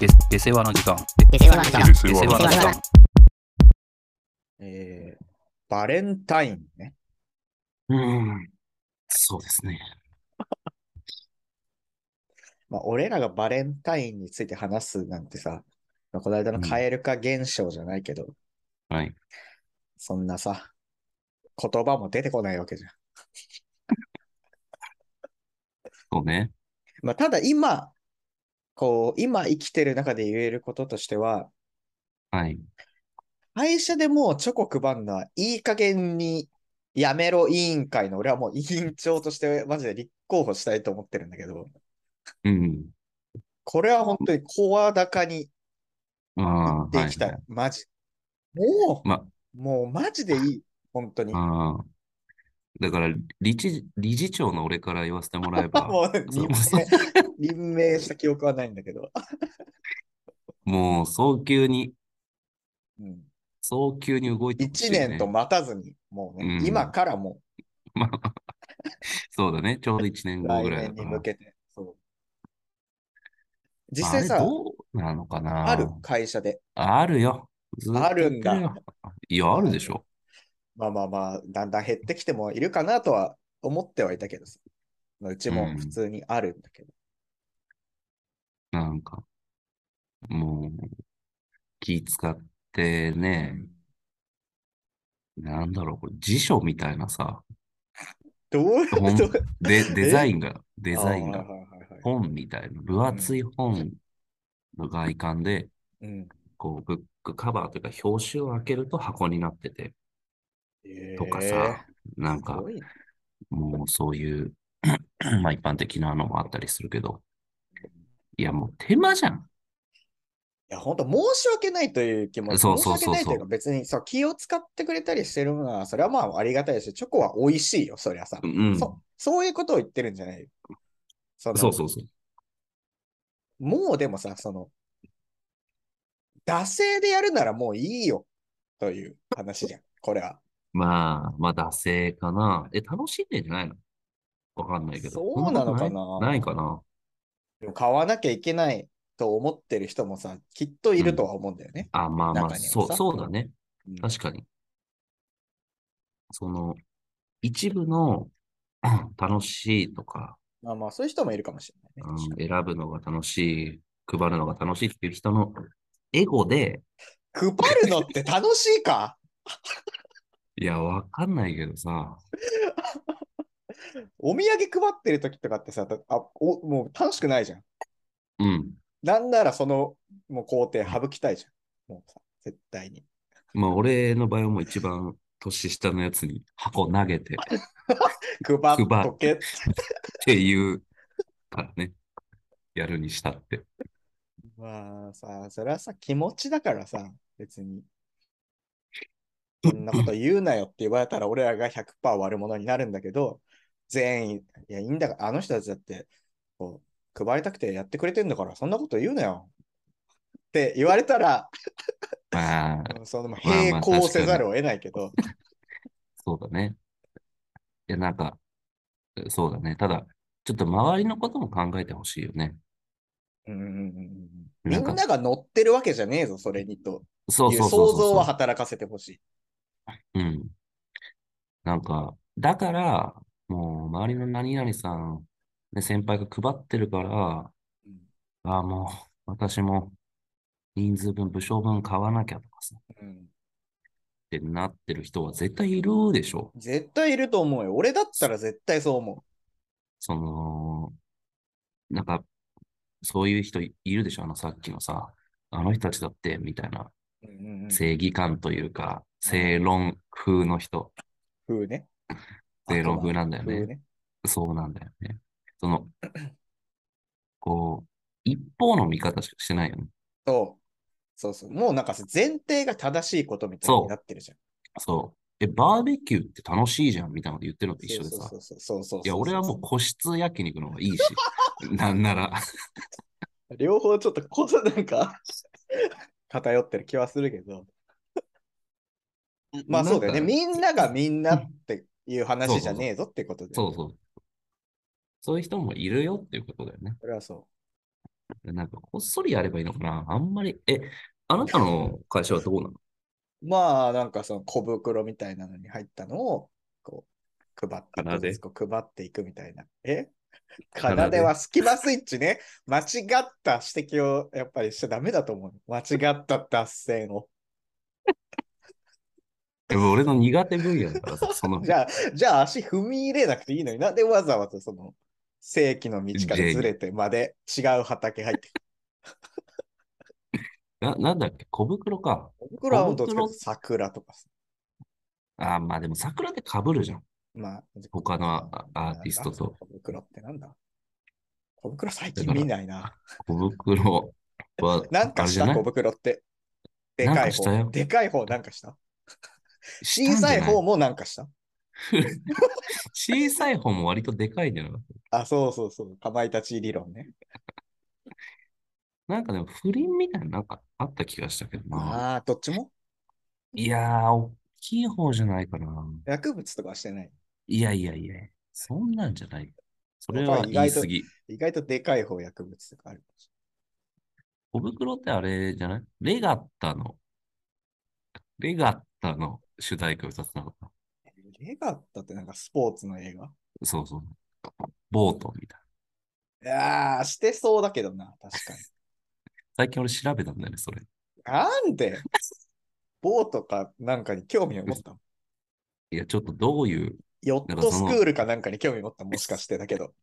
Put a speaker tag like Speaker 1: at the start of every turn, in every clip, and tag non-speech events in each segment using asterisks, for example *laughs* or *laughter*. Speaker 1: で、で世話の時間。
Speaker 2: で世話の時間。
Speaker 1: で世話の時間。
Speaker 3: えー、バレンタインね。
Speaker 4: うん。そうですね。
Speaker 3: *laughs* まあ、俺らがバレンタインについて話すなんてさ、まあこの間の
Speaker 4: うん
Speaker 3: 蛙化現象じゃないけど、
Speaker 4: はい。
Speaker 3: そんなさ、言葉も出てこないわけじゃん。
Speaker 4: そうね。
Speaker 3: まあ、ただ今、こう、今生きてる中で言えることとしては、
Speaker 4: はい。
Speaker 3: 会社でもうチョコ配るのはいい加減にやめろ委員会の俺はもう委員長としてマジで立候補したいと思ってるんだけど、
Speaker 4: うん。
Speaker 3: これは本当に声高に言
Speaker 4: あ
Speaker 3: っ
Speaker 4: あ、
Speaker 3: ていきたい。
Speaker 4: はい。
Speaker 3: マジ。もう、
Speaker 4: ま、
Speaker 3: もうマジでいい。本当に。
Speaker 4: ああ。だから、理事、理事長の俺から言わせてもらえば、
Speaker 3: *laughs* もう
Speaker 4: そう
Speaker 3: 任命、任命した記憶はないんだけど。
Speaker 4: もう早急に、
Speaker 3: うん、
Speaker 4: 早急に動いてほしい
Speaker 3: 1
Speaker 4: ね
Speaker 3: 年と待たずに、もうね、
Speaker 4: うん
Speaker 3: 今からも
Speaker 4: まあ、そうだね。ちょうど1年
Speaker 3: う
Speaker 4: 後
Speaker 3: 来
Speaker 4: ぐらいだか
Speaker 3: 年に
Speaker 4: ら。
Speaker 3: 向けて。そう
Speaker 4: ま
Speaker 3: 実
Speaker 4: あ
Speaker 3: 際
Speaker 4: あれ
Speaker 3: さ、
Speaker 4: どうなのかな
Speaker 3: ある会社で、
Speaker 4: あるよ。ずっと
Speaker 3: あるんだ
Speaker 4: 言ってるよいや、あるでしょ。
Speaker 3: まあまあまあ、だんだん減ってきてもいるかなとは思ってはいたけどさ。まあうちも普通にあるんだけど。
Speaker 4: なんか、もう、気使ってね、なんだろう、これ辞書みたいなさ、
Speaker 3: どう
Speaker 4: ほん
Speaker 3: どう *laughs*
Speaker 4: で、デザインが、デザイン
Speaker 3: あ
Speaker 4: が
Speaker 3: ー、はいはいはいはい
Speaker 4: 本みたいな、分厚い本の外観で、
Speaker 3: うん
Speaker 4: こう、ブックカバーというか、表紙を開けると箱になってて、とかさ、なん
Speaker 3: えー
Speaker 4: か
Speaker 3: す、ごいね
Speaker 4: もうそういう、 *clears throat* まあ一般的なのもあったりするけど、いやもう手間じゃん。
Speaker 3: いや、本当申し訳ないという気持ち。
Speaker 4: そうそう
Speaker 3: 申し
Speaker 4: そうそう
Speaker 3: 訳ないというか、別にそう気を使ってくれたりしてるのは、それはまあありがたいし、チョコは美味しいよ、そりゃさ。
Speaker 4: うん。
Speaker 3: そそういうことを言ってるんじゃないよ。その
Speaker 4: そうそうそう。
Speaker 3: もうでもさ、その、惰性でやるならもういいよ、という話じゃん、これは。
Speaker 4: まあ、まあ、惰性かな。え、楽しんでんじゃないのわかんないけど。
Speaker 3: そうなのかな
Speaker 4: ないかな。
Speaker 3: でも買わなきゃいけないと思ってる人もさ、きっといるとは思うんだよね。
Speaker 4: あ、まあまあ、
Speaker 3: 中には
Speaker 4: そう、
Speaker 3: さ
Speaker 4: そうだね。
Speaker 3: うん
Speaker 4: 確かに。その、一部の *clears throat* 楽しいとか、
Speaker 3: まあまあ、そういう人もいるかもしれない
Speaker 4: うん
Speaker 3: ね。
Speaker 4: 選ぶのが楽しい、配るのが楽しいっていう人のエゴで、
Speaker 3: 配るのって楽しいか
Speaker 4: いや、わかんないけどさ、
Speaker 3: お土産配ってる時とかってさ、たあおもう楽しくないじゃん。
Speaker 4: うん。
Speaker 3: なんならそのもう工程省きたいじゃん。もうさ、絶対に。
Speaker 4: まあ、俺の場合はもう一番年下のやつに箱投げてっ
Speaker 3: 配っとけ。
Speaker 4: ていうからね、やるにしたって。
Speaker 3: まあさ、それはさ、気持ちだからさ、別に。
Speaker 4: *laughs*
Speaker 3: そんなこと言うなよって言われたら、俺らが100%悪者になるんだけど、全員、いや、いいんだから、あの人たちだって、こう、配りたくてやってくれてんだから、そんなこと言うなよ。って言われたら、
Speaker 4: まあ、
Speaker 3: うんその
Speaker 4: まあ
Speaker 3: 並行せざるを得ないけど、
Speaker 4: そうだね。いや、なんか、そうだね。ただ、ちょっと周りのことも考えてほしいよね。
Speaker 3: うんうんうんうんみ
Speaker 4: なんんか
Speaker 3: なが乗ってるわけじゃねえぞ、それにと。
Speaker 4: そう
Speaker 3: いう
Speaker 4: そう
Speaker 3: 想
Speaker 4: そうそう
Speaker 3: 像は
Speaker 4: そう。
Speaker 3: 働かせてほしい。
Speaker 4: うん。なんか、だから、もう周りの何々さん、ね、先輩が配ってるから、ああ、もう、私も人数分、部署分買わなきゃとかさ、
Speaker 3: うん
Speaker 4: ってなってる人は絶対いるでしょ。
Speaker 3: 絶対いると思うよ。俺だったら絶対そう思
Speaker 4: その、なんか、そういう人いいるでしょ。あの、さっきのさ、あの人たちだって、みたいな、
Speaker 3: う。うんうんうん、
Speaker 4: 正義感というか、正論風の人、
Speaker 3: 風ね。
Speaker 4: 正論風なんだよ
Speaker 3: 風
Speaker 4: ね。
Speaker 3: ね。
Speaker 4: そうなんだよね。その、こう、一方の見方しかしてないよね。
Speaker 3: そう。そうそう。もうなんかさ前提が正しいことみたい
Speaker 4: そう
Speaker 3: になってるじゃん。
Speaker 4: そう。え、バーベキューって楽しいじゃん、みたいなこと言ってるのと一緒でさ
Speaker 3: そ。うそうそうそうそうそうそう。
Speaker 4: いや、俺はもう個室焼肉の方がい
Speaker 3: *laughs*
Speaker 4: いし、なんなら、
Speaker 3: 両方ちょっとこそなん
Speaker 4: *laughs*
Speaker 3: か偏ってる気はするけど。まあそうだよね。
Speaker 4: なんか
Speaker 3: みんながみんなっていう話じゃねえぞってことで。
Speaker 4: そうそう。そういう人もいるよっていうことだよね。
Speaker 3: それはそ
Speaker 4: なんか、こっそりやればいいのかなあんまり、え、あなたの会社はどうなの
Speaker 3: まあ、なんかその小袋みたいなのに入ったのを、こう、配って
Speaker 4: 奏
Speaker 3: いくん
Speaker 4: で
Speaker 3: です、こう配っていくみたいな。え
Speaker 4: 奏で
Speaker 3: 奏ではスキマスイッチね。間違った指摘をやっぱりしちゃダメだと思う。間違った脱線
Speaker 4: *laughs*
Speaker 3: を。
Speaker 4: え
Speaker 3: *laughs*
Speaker 4: 俺の苦手分野だからさ、その、
Speaker 3: じゃあ、じゃあ足踏み入れなくていいのになんでわざわざその正規の道からずれてまで違う畑入ってくる。
Speaker 4: な、なんだっけ、小袋か。
Speaker 3: 小袋はどっちか
Speaker 4: 小
Speaker 3: とい
Speaker 4: 袋
Speaker 3: うと桜とかさ。
Speaker 4: あー、まあでも桜って被るじゃん。
Speaker 3: まあ、
Speaker 4: 他のあアーティストと
Speaker 3: なんだ小袋ってなんだ小袋最
Speaker 4: だ
Speaker 3: 近
Speaker 4: から
Speaker 3: 見ないな。
Speaker 4: 小袋は、
Speaker 3: *laughs* なんかし
Speaker 4: あれじ
Speaker 3: た小
Speaker 4: ゃない
Speaker 3: 袋って。で
Speaker 4: なん
Speaker 3: か
Speaker 4: か
Speaker 3: い
Speaker 4: したよ
Speaker 3: 方。でかい方なんかした
Speaker 4: した
Speaker 3: 小
Speaker 4: んじゃ
Speaker 3: さ
Speaker 4: ない
Speaker 3: 方もなんかした
Speaker 4: 小さい方も割とでかいんじゃない
Speaker 3: あ、そうそうそう。かまいたち理論ね。
Speaker 4: なんかでも不倫みたいなのなんかあった気がしたけどな。
Speaker 3: ああー、どっちも
Speaker 4: いやー、大きい方じゃないかな。
Speaker 3: 薬物とかはしてない。
Speaker 4: いやいやいや、そんなんじゃない。それ
Speaker 3: やっ
Speaker 4: は
Speaker 3: ぱり意
Speaker 4: 言い
Speaker 3: 外と
Speaker 4: 過ぎ。
Speaker 3: 意外とでかい方薬物とかある。
Speaker 4: 小袋ってあれじゃないレガッタの、レガッタの主題歌歌ってなかった。
Speaker 3: レガッタってなんかスポーツの映画
Speaker 4: そうそう。ボートみたいな。
Speaker 3: いやー、してそうだけどな、確かに。
Speaker 4: 最近俺調べたんだよね、それ。
Speaker 3: なんでボートかなんかに興味を持ったの
Speaker 4: いや、ちょっとどういう、
Speaker 3: ヨットスクールかなんかに興味を持ったもしかしてだけど。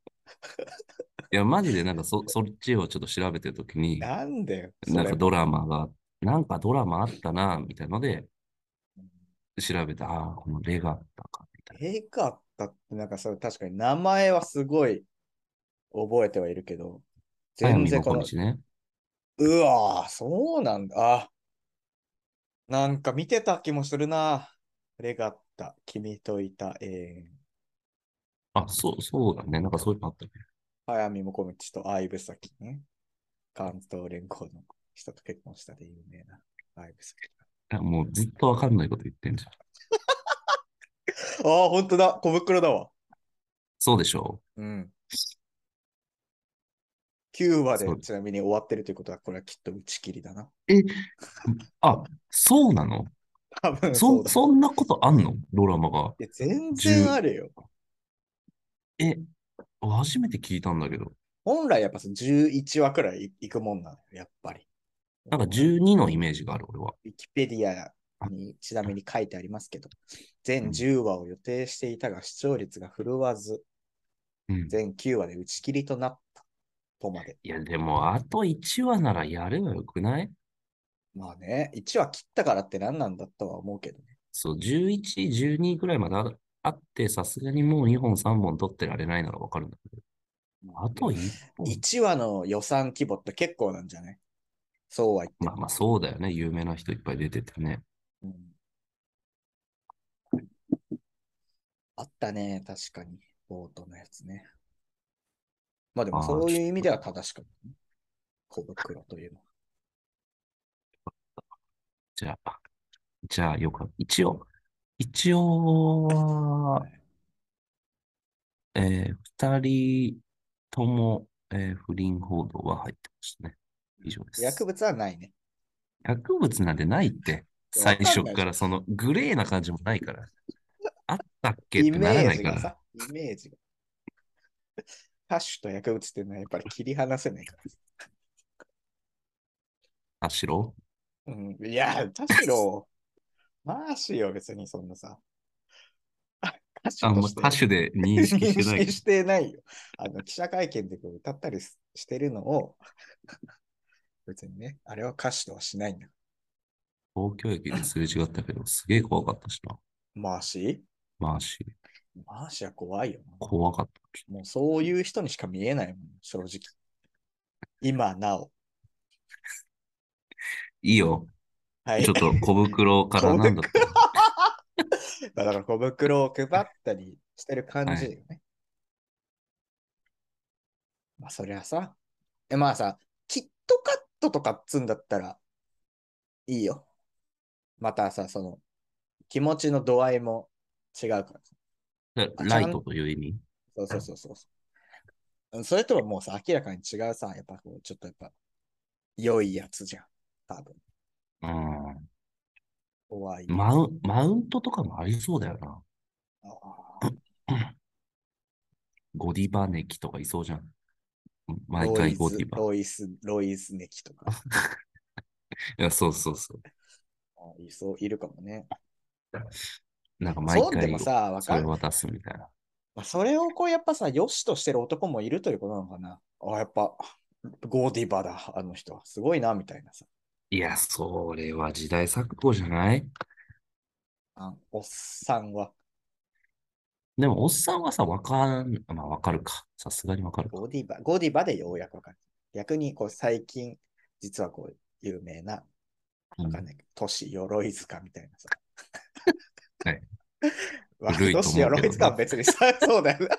Speaker 4: いや、マジでなんかそ、そっちをちょっと調べてるときに、
Speaker 3: なんでよ。そ
Speaker 4: なん
Speaker 3: れ
Speaker 4: か
Speaker 3: も
Speaker 4: ドラマが、なんかドラマあったな、みたいので、調べて、ああ、このレガッタか、みたい
Speaker 3: レガッタってなんかそれ確かに名前はすごい覚えてはいるけど、
Speaker 4: な。
Speaker 3: 全然この
Speaker 4: 早見、心ね。
Speaker 3: うわー、そうなんだ。あなんか見てた気もするな。レガッタ、君といた永遠。
Speaker 4: あ、そう、そうだね。なんかそういうのあったね。
Speaker 3: 早見もこみちと相武咲ね。関東連合の人と結婚したで有名な相武咲。
Speaker 4: いやもうずっとわかんないこと言ってんじゃん。
Speaker 3: ああ、ほんとだ。小袋だわ。
Speaker 4: そうでしょ
Speaker 3: うん。9話で
Speaker 4: そう
Speaker 3: ちなみに終わってるということは、これはきっと打ち切りだな。
Speaker 4: あ、そうなの
Speaker 3: 多分そ
Speaker 4: そう
Speaker 3: だ。
Speaker 4: そんなことあんのドラマが。
Speaker 3: いや全然あるよ。
Speaker 4: え、初めて聞いたんだけど。
Speaker 3: 本来やっぱその11話くらいいくもんなのよ、やっぱり。
Speaker 4: なんか12のイメージがある、俺は。
Speaker 3: ウィキペディアにちなみに書いてありますけど、全10話を予定していたが視聴率が振るわず、
Speaker 4: うん、
Speaker 3: 全9話で打ち切りとなった。とまで。
Speaker 4: いや、でも、あと1話ならやればよくない
Speaker 3: まあね、1話切ったからって何なんだとは思うけどね。
Speaker 4: そう、11、12くらいまでああって、さすがにもう2本、3本取ってられないならわかるんだけど。あと1本。
Speaker 3: 1話の予算規模って結構なんじゃないそうは言って
Speaker 4: ま
Speaker 3: も
Speaker 4: あまあ、そうだよね。有名な人いっぱい出ててね。
Speaker 3: うんあったね、確かに。ボートのやつね。まあでも
Speaker 4: あー
Speaker 3: そういう意味では正しかった、ね。小袋というのは。
Speaker 4: じゃあ、じゃあよかった。一応、一応は、えー二人とも、えー不倫報道は入ってましたね。以上です。
Speaker 3: 薬物はないね。
Speaker 4: 薬物なんてないって、
Speaker 3: いやわ
Speaker 4: 最
Speaker 3: かんない
Speaker 4: 初からそのグレーな感じもないから。あったっけっ
Speaker 3: イ
Speaker 4: てなら
Speaker 3: メ
Speaker 4: な
Speaker 3: ー
Speaker 4: い
Speaker 3: ジ
Speaker 4: か
Speaker 3: が
Speaker 4: ら。
Speaker 3: さ、イメージが。ハッシュと薬物っていうのはやっぱり切り離せないか
Speaker 4: あ、白
Speaker 3: ら。うん、いや、
Speaker 4: *laughs*
Speaker 3: 田代、マーシーは別にそんなさ、あ歌手
Speaker 4: あ、も
Speaker 3: と
Speaker 4: う
Speaker 3: して
Speaker 4: 歌手で認識してな
Speaker 3: 認
Speaker 4: い
Speaker 3: *laughs* 識。してないよ。あの、記者会見でこう歌ったりすしてるのを、 *laughs* 別にね、あれは歌手とはしないんだ。
Speaker 4: 東京駅ですれ違ったけど、すげえ怖かったしな。
Speaker 3: マーシ
Speaker 4: マーシー。
Speaker 3: ーマーシーは怖いよな。
Speaker 4: 怖かった。
Speaker 3: もうそういう人にしか見えないもん、正直。今なお。
Speaker 4: いいよ。
Speaker 3: はい。
Speaker 4: ちょっと小袋からなんだったの
Speaker 3: だから小袋を配ったりしてる感じよね。まあそりゃさ、えまあさ、キットカットとかっつんだったらいいよ。またさ、その気持ちの度合いも違うから。 *laughs*
Speaker 4: ライトという意味
Speaker 3: そうそうそうそう。うんそれとはもうさ、明らかに違うさ、やっぱこう、ちょっとやっぱ、良いやつじゃん。多分。
Speaker 4: うん。
Speaker 3: 怖い。
Speaker 4: マウン、マウントとかもありそうだよな。
Speaker 3: あ
Speaker 4: ゴディバネキとかいそうじゃん。
Speaker 3: ー
Speaker 4: 毎
Speaker 3: ロ
Speaker 4: 回
Speaker 3: イ
Speaker 4: ゴ
Speaker 3: ズ
Speaker 4: ディ、バ。
Speaker 3: ロイス、ロイズネキとか。
Speaker 4: いや、そうそうそう。
Speaker 3: あーいそう、いるかもね。
Speaker 4: なんか毎
Speaker 3: そうで
Speaker 4: 回
Speaker 3: もさ、わ
Speaker 4: そ
Speaker 3: か
Speaker 4: れ
Speaker 3: る。
Speaker 4: 渡すみたいな。
Speaker 3: まあ、それをこう、やっぱさ、良しとしてる男もいるということなのかな。あーやっぱ、ゴーディバだ、あの人は。すごいな、みたいなさ。
Speaker 4: いや、それは時代錯誤じゃない
Speaker 3: あおっさんは、
Speaker 4: でも、おっさんはさ、わかん、まあ、わかるか。さすがにわかるか。
Speaker 3: ゴーディバ、ゴーディバでようやくわかる。逆に、こう、最近、実はこう、有名な、
Speaker 4: う
Speaker 3: わ
Speaker 4: ん
Speaker 3: かんないけど、都市鎧塚みたいなさ。 *laughs*
Speaker 4: はい。
Speaker 3: まあ、
Speaker 4: 古いと思
Speaker 3: 都
Speaker 4: う
Speaker 3: 市
Speaker 4: けどね
Speaker 3: 鎧塚は別にさ、 *laughs* そうだよな。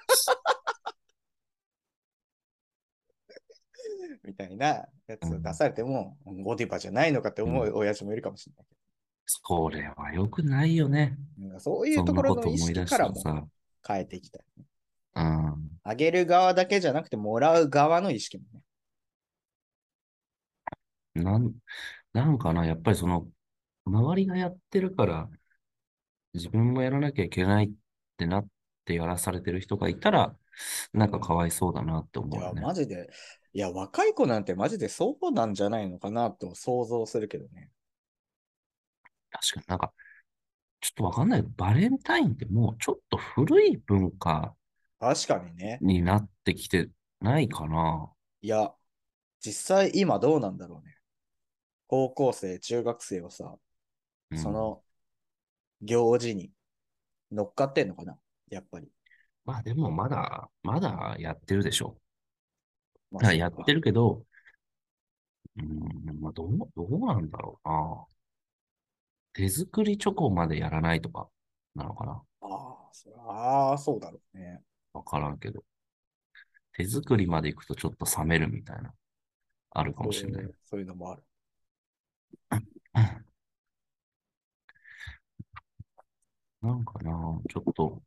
Speaker 3: みたいなやつを出されても、ゴディバじゃないのかって思う親父もいるかもしれないけ
Speaker 4: それは良くないよね。
Speaker 3: ど、なんかそういう
Speaker 4: そん
Speaker 3: とこ
Speaker 4: な
Speaker 3: ろ
Speaker 4: こ
Speaker 3: の
Speaker 4: と
Speaker 3: 意
Speaker 4: 思い
Speaker 3: 識
Speaker 4: 出
Speaker 3: か
Speaker 4: し
Speaker 3: ら
Speaker 4: た
Speaker 3: も
Speaker 4: らさ。
Speaker 3: 変えていきたい。
Speaker 4: うん。
Speaker 3: あげる側だけじゃなくて、もらう側の意識もね。
Speaker 4: なん、なんかな、やっぱりその、周りがやってるから、自分もやらなきゃいけないってなってやらされてる人がいたら、なんかかわいそうだなって
Speaker 3: い
Speaker 4: 思う
Speaker 3: や、
Speaker 4: よね。
Speaker 3: マジで、いや、若い子なんてマジでそうなんじゃないのかなと想像するけどね。
Speaker 4: 確かになんか、ちょっとわかんないけど、バレンタインってもうちょっと古い文化
Speaker 3: 確かにね。
Speaker 4: になってきてないかな。
Speaker 3: いや、実際今どうなんだろうね。高校生、中学生をさ、
Speaker 4: うん
Speaker 3: その行事に乗っかってんのかなやっぱり。
Speaker 4: まあでもまだ、まだやってるでしょ。
Speaker 3: ま
Speaker 4: だからやっ
Speaker 3: そう
Speaker 4: て
Speaker 3: か
Speaker 4: るけど、うん、まあどう、どうなんだろうな。手作りチョコまでやらないとか、なのかな。
Speaker 3: ああ、そりゃあーそうだろうね。
Speaker 4: わからんけど。手作りまで行くとちょっと冷めるみたいな、あるかもしれない。
Speaker 3: そうそういうのもある。
Speaker 4: *laughs* なんかな、ちょっと、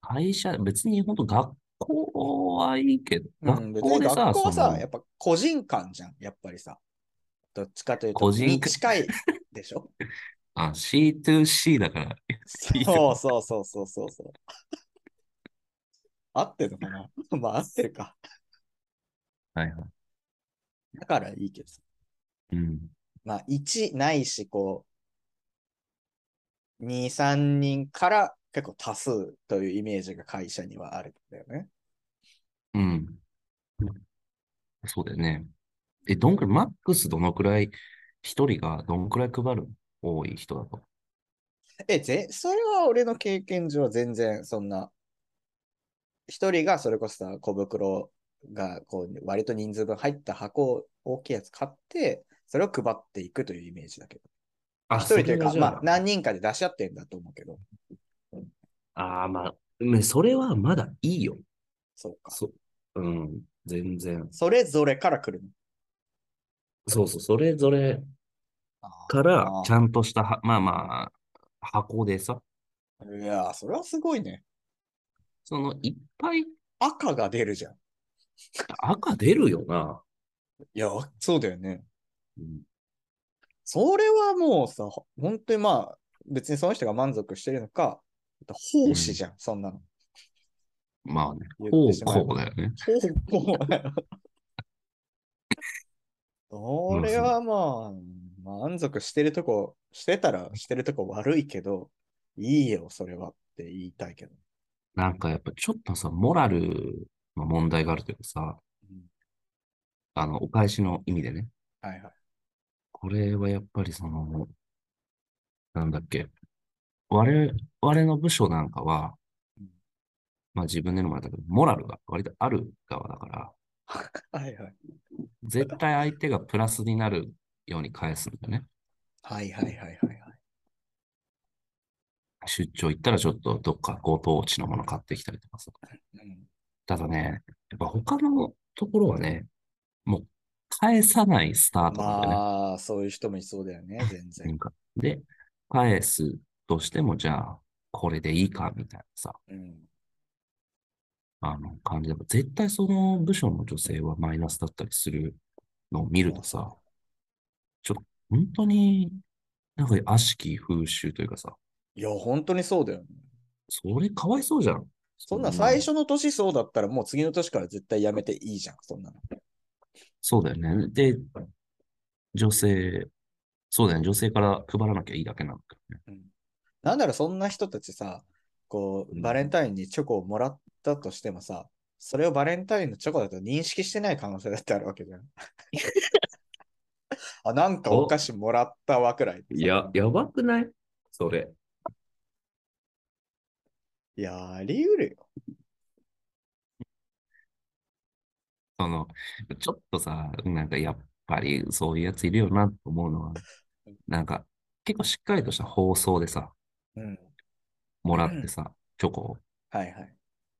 Speaker 4: 会社、別に本当学校はいいけど、
Speaker 3: う
Speaker 4: 学
Speaker 3: ん、別
Speaker 4: 校
Speaker 3: に
Speaker 4: でさ、
Speaker 3: 学校
Speaker 4: そ
Speaker 3: はさ、
Speaker 4: の
Speaker 3: やっぱ個人間じゃん、やっぱりさ。どっちかというと、
Speaker 4: 個人間
Speaker 3: に近いでしょ
Speaker 4: あ、C2C だから、いい
Speaker 3: そうそうそうそうそうそう。合ってるのかな *laughs* まあ合ってるか。
Speaker 4: はいはい。
Speaker 3: だからいいけどさ。
Speaker 4: うん。
Speaker 3: まあ、1ないし、こう、2、3人から結構多数というイメージが会社にはあるんだよね。
Speaker 4: うん。そうだよね。え、どんくらい、マックスどのくらい、一人がどのくらい配る多い人だと。
Speaker 3: え、ぜ、それは俺の経験上全然そんな、一人がそれこそさ、小袋がこう割と人数分入った箱を大きいやつ買って、それを配っていくというイメージだけど。
Speaker 4: あ、
Speaker 3: 一人というか、
Speaker 4: それ
Speaker 3: ま
Speaker 4: はじゃ
Speaker 3: あ何人かで出し合ってんだと思うけど、
Speaker 4: あ、あーまあ、ねそれはまだいいよ。
Speaker 3: そうか。
Speaker 4: そ、うん、全然。
Speaker 3: それぞれから来るの。
Speaker 4: そうそう、それぞれから
Speaker 3: あ、ー
Speaker 4: ちゃんとしたは、まあまあ、箱でさ、
Speaker 3: いやー、それはすごいね。
Speaker 4: その、いっぱい
Speaker 3: 赤が出るじゃん。
Speaker 4: 赤出るよな。
Speaker 3: いや、そうだよね。
Speaker 4: うん
Speaker 3: それはもうさ、本当にまあ、別にその人が満足してるのか、奉仕じゃん、そんなの。
Speaker 4: まあね、
Speaker 3: 言ってしまえば
Speaker 4: 方向だよね。
Speaker 3: *laughs* 奉公だよ。それはまあ、満足してるとこ、してたらしてるとこ悪いけど、いいよ、それはって言いたいけど。
Speaker 4: なんかやっぱちょっとさ、モラルの問題があるというかさ、
Speaker 3: うん
Speaker 4: あの、お返しの意味でね。
Speaker 3: はいはい。
Speaker 4: これはやっぱりその、なんだっけ。我々の部署なんかは
Speaker 3: うん、
Speaker 4: まあ自分で言うのもあれだけど、モラルが割とある側だから、
Speaker 3: はいはい。
Speaker 4: 絶対相手がプラスになるように返すんだよね。
Speaker 3: はいはいはいはいはい。
Speaker 4: 出張行ったらちょっとどっかご当地のもの買ってきたりとかさ。
Speaker 3: うん
Speaker 4: ただね、やっぱ他のところはね、もう返さないスタートなんだよね。
Speaker 3: まあ、そういう人もいそうだよね、全
Speaker 4: な
Speaker 3: 然。
Speaker 4: んかで、返すとしても、じゃあ、これでいいかみたいなさ。
Speaker 3: うん。
Speaker 4: あの、感じだから、絶対その部署の女性はマイナスだったりするのを見るとさ、ちょっと本当に、なんか悪しき風習というかさ、
Speaker 3: いや、本当にそうだよね。
Speaker 4: それかわいそうじゃん。
Speaker 3: そんな最初の年そうだったら、もう次の年から絶対やめていいじゃん、そんなの。
Speaker 4: そうだよね。で、女性、そうだよね。女性から配らなきゃいいだけなんだけどね。
Speaker 3: なんだろう、そんな人たちさ、こ
Speaker 4: う
Speaker 3: う、
Speaker 4: ん
Speaker 3: バレンタインにチョコをもらったとしてもさ、それをバレンタインのチョコだと認識してない可能性だってあるわ
Speaker 4: *laughs*
Speaker 3: けじゃん。あ、なんかお菓子もらったわくらい。
Speaker 4: いや、やばくないそれ。
Speaker 3: いや、あり得るよ。
Speaker 4: その、ちょっとさ、なんかやっぱりそういうやついるよなと思うのは、なんか結構しっかりとした放送でさ、
Speaker 3: うん。
Speaker 4: もらってさ、チョコを。
Speaker 3: はいはい。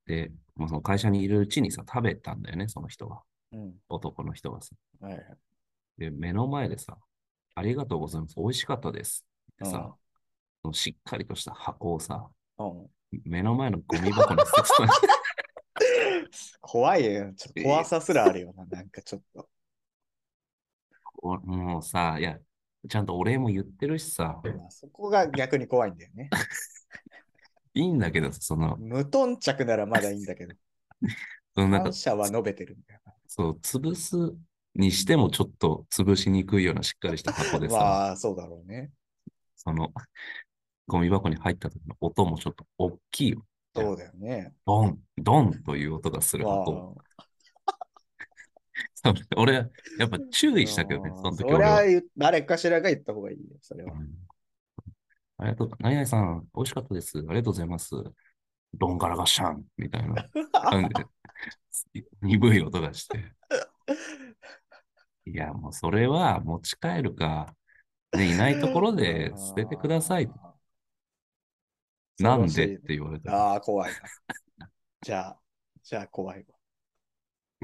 Speaker 4: で、もうその会社にいるうちにさ、食べたんだよね、その人は。
Speaker 3: うん。
Speaker 4: 男の人がさ。
Speaker 3: はいはい。
Speaker 4: で、目の前でさ、ありがとうございます。美味しかったです。ってさ、そのしっかりとした箱をさ、
Speaker 3: うん。
Speaker 4: 目の前のゴミ箱に捨
Speaker 3: *laughs*
Speaker 4: ててた
Speaker 3: 怖いよ。ちょっと怖さすらあるよな。なんかちょっと。
Speaker 4: おもうさ、いや、ちゃんとお礼も言ってるしさ、
Speaker 3: まあそこが逆に怖いんだよね。
Speaker 4: いいんだけど、その、
Speaker 3: 無頓着ならまだいいんだけど、
Speaker 4: その *laughs* なんか
Speaker 3: 感、謝は述べてるんだよ
Speaker 4: そう、潰すにしてもちょっと潰しにくいようなしっかりした箱
Speaker 3: な。
Speaker 4: でさ、
Speaker 3: まあ、そうだろうね。
Speaker 4: その、ゴミ箱に入った時の音もちょっと大きいよ。
Speaker 3: そうだよね。
Speaker 4: ドン、ドンという音がする
Speaker 3: まあ
Speaker 4: 箱。 *laughs* そう俺、やっぱ注意したけどね、
Speaker 3: あー
Speaker 4: その時
Speaker 3: そ
Speaker 4: 俺
Speaker 3: れは
Speaker 4: は。
Speaker 3: 言う誰かしらが言った方がいいよ、それは
Speaker 4: う。んありがとう。何々さん、美味しかったです。ありがとうございます。ドンガラガシャンみたいな感じで、 *laughs* 鈍い音が
Speaker 3: *laughs*
Speaker 4: して。いや、もうそれは持ち帰るか、ね、いないところ
Speaker 3: *laughs*
Speaker 4: で捨ててください。なんでって言われたら。
Speaker 3: ああ、怖いな。じゃあ、じゃあ怖いわ。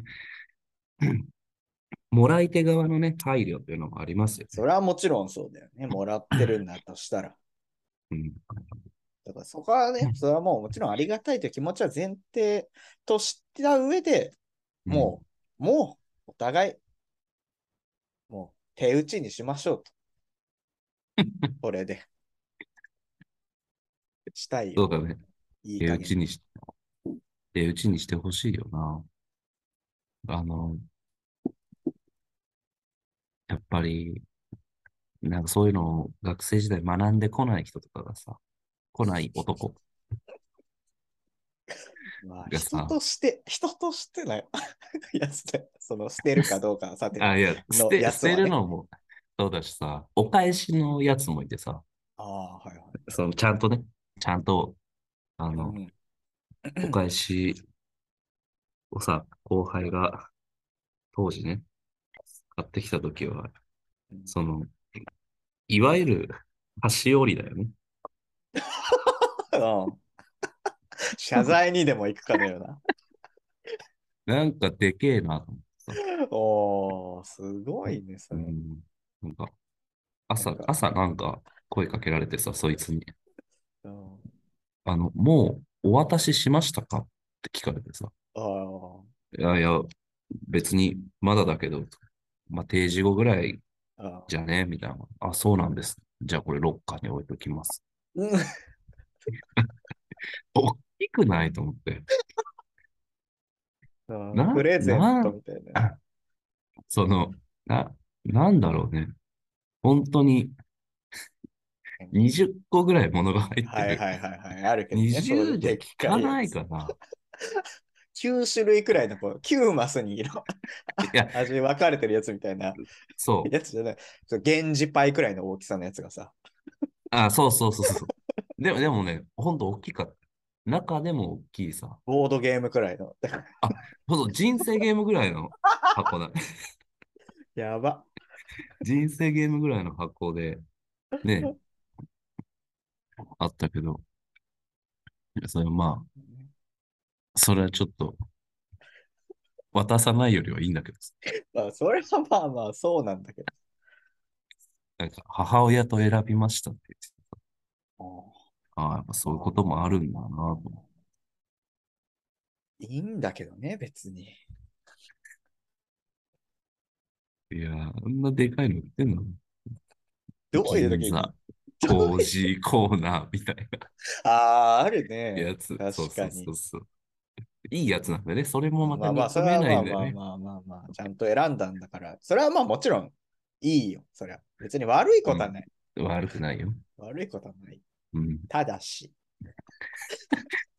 Speaker 4: もらい手側のね、配慮というのもありますよね。
Speaker 3: それはもちろんそうだよね。もらってるんだとしたら。
Speaker 4: うん、
Speaker 3: だからそこはね、それはもうもちろんありがたいという気持ちは前提とした上で、もう、もう、お互い、もう、手打ちにしまし
Speaker 4: *laughs*
Speaker 3: ょうと。これで。したい
Speaker 4: うん。そ
Speaker 3: よ
Speaker 4: う。だね。
Speaker 3: いい
Speaker 4: 手
Speaker 3: 加
Speaker 4: 打ち
Speaker 3: 減。
Speaker 4: にし、手打ちにしてほしいよな。あの、やっぱり、なんかそういうのを学生時代学んでこない人とかがさ、来ない
Speaker 3: *laughs*
Speaker 4: 男、
Speaker 3: まあ、
Speaker 4: がさ
Speaker 3: 人として、人としてだよ。 *laughs* いや、捨てその、捨てるかどうかはさて。あ
Speaker 4: あ、いや、捨
Speaker 3: の
Speaker 4: て、
Speaker 3: やつ
Speaker 4: 捨
Speaker 3: はね
Speaker 4: てるのもそうだしさ、お返しのやつもいてさ、
Speaker 3: あ、はいはい。
Speaker 4: そのちゃんとね、ちゃんと、あの、
Speaker 3: うん
Speaker 4: お返しをさ、後輩が当時ね、買ってきたときは、その、いわゆる菓子折りだよね。
Speaker 3: *laughs* うん謝罪にでも行くかのような。 *laughs*
Speaker 4: なんかでけえなと思ってさ。
Speaker 3: おー、すごいね、そうれ。
Speaker 4: ん、なんか、朝、
Speaker 3: なんか
Speaker 4: 朝なんか声かけられてさ、そいつに、
Speaker 3: うん、あ
Speaker 4: あの、もうお渡ししましたかって聞かれてさ、
Speaker 3: ー
Speaker 4: いやいや、別にまだだけど、まあ、定時後ぐらい
Speaker 3: あ
Speaker 4: じゃねみたいな。あ、そうなんです。じゃあこれロッカーに置いときます。
Speaker 3: ー。
Speaker 4: おっきくないと思って。
Speaker 3: うん
Speaker 4: な
Speaker 3: *laughs* プレゼントみたいな。
Speaker 4: その、な、なんだろうね。本当に20個ぐらい物が入ってる。
Speaker 3: はいはいは
Speaker 4: *laughs*
Speaker 3: いはい。あるけど、ね、そういう
Speaker 4: 20じゃ
Speaker 3: でっ
Speaker 4: 効
Speaker 3: か
Speaker 4: か
Speaker 3: いやつ
Speaker 4: ないかな。
Speaker 3: 9種類くらいのこう9マスに色
Speaker 4: *laughs* いや、
Speaker 3: *laughs* 味分かれてるやつみたいな
Speaker 4: そう。
Speaker 3: やつじゃない。そう源氏パイくらいの大きさのやつがさ。
Speaker 4: あ、そうそうそうそう。でも、でもね、ほんと大きかった。中でも大きいさ。
Speaker 3: ボードゲームくらいの。だから
Speaker 4: そうそう、人生ゲームぐらいの箱
Speaker 3: *laughs*
Speaker 4: だ。
Speaker 3: *laughs* やば。
Speaker 4: 人生ゲームぐらいの箱で、ね、あったけど、いやそれはまあ、それはちょっと、渡さないよりはいいんだけどさ
Speaker 3: まあ、それはまあまあそうなんだけど。
Speaker 4: なんか、母親と選びましたって言って
Speaker 3: あー
Speaker 4: た。ああ、やっぱそういうこともあるんだなと思って。
Speaker 3: いいんだけどね、別に。
Speaker 4: いやー、あんなでかいの売ってんの
Speaker 3: どういう時に。
Speaker 4: 銀座
Speaker 3: あ
Speaker 4: 工事コーナーみたい
Speaker 3: あー、ある
Speaker 4: なや
Speaker 3: ね。
Speaker 4: つ。
Speaker 3: *laughs* 確かに
Speaker 4: そうそうそうそう。いいやつなんだよね。それもま
Speaker 3: ま
Speaker 4: た
Speaker 3: あまあ、そ
Speaker 4: 認
Speaker 3: れ
Speaker 4: めない
Speaker 3: は
Speaker 4: んだ
Speaker 3: ま
Speaker 4: よ
Speaker 3: あ
Speaker 4: ね。
Speaker 3: まあまあまあまあ、ちゃんと選んだんだから。それはまあもちろんいいよ、そりゃ。別に悪いことはない。
Speaker 4: 悪くないよ。
Speaker 3: 悪いことはない。
Speaker 4: うん。 *laughs*
Speaker 3: ただし。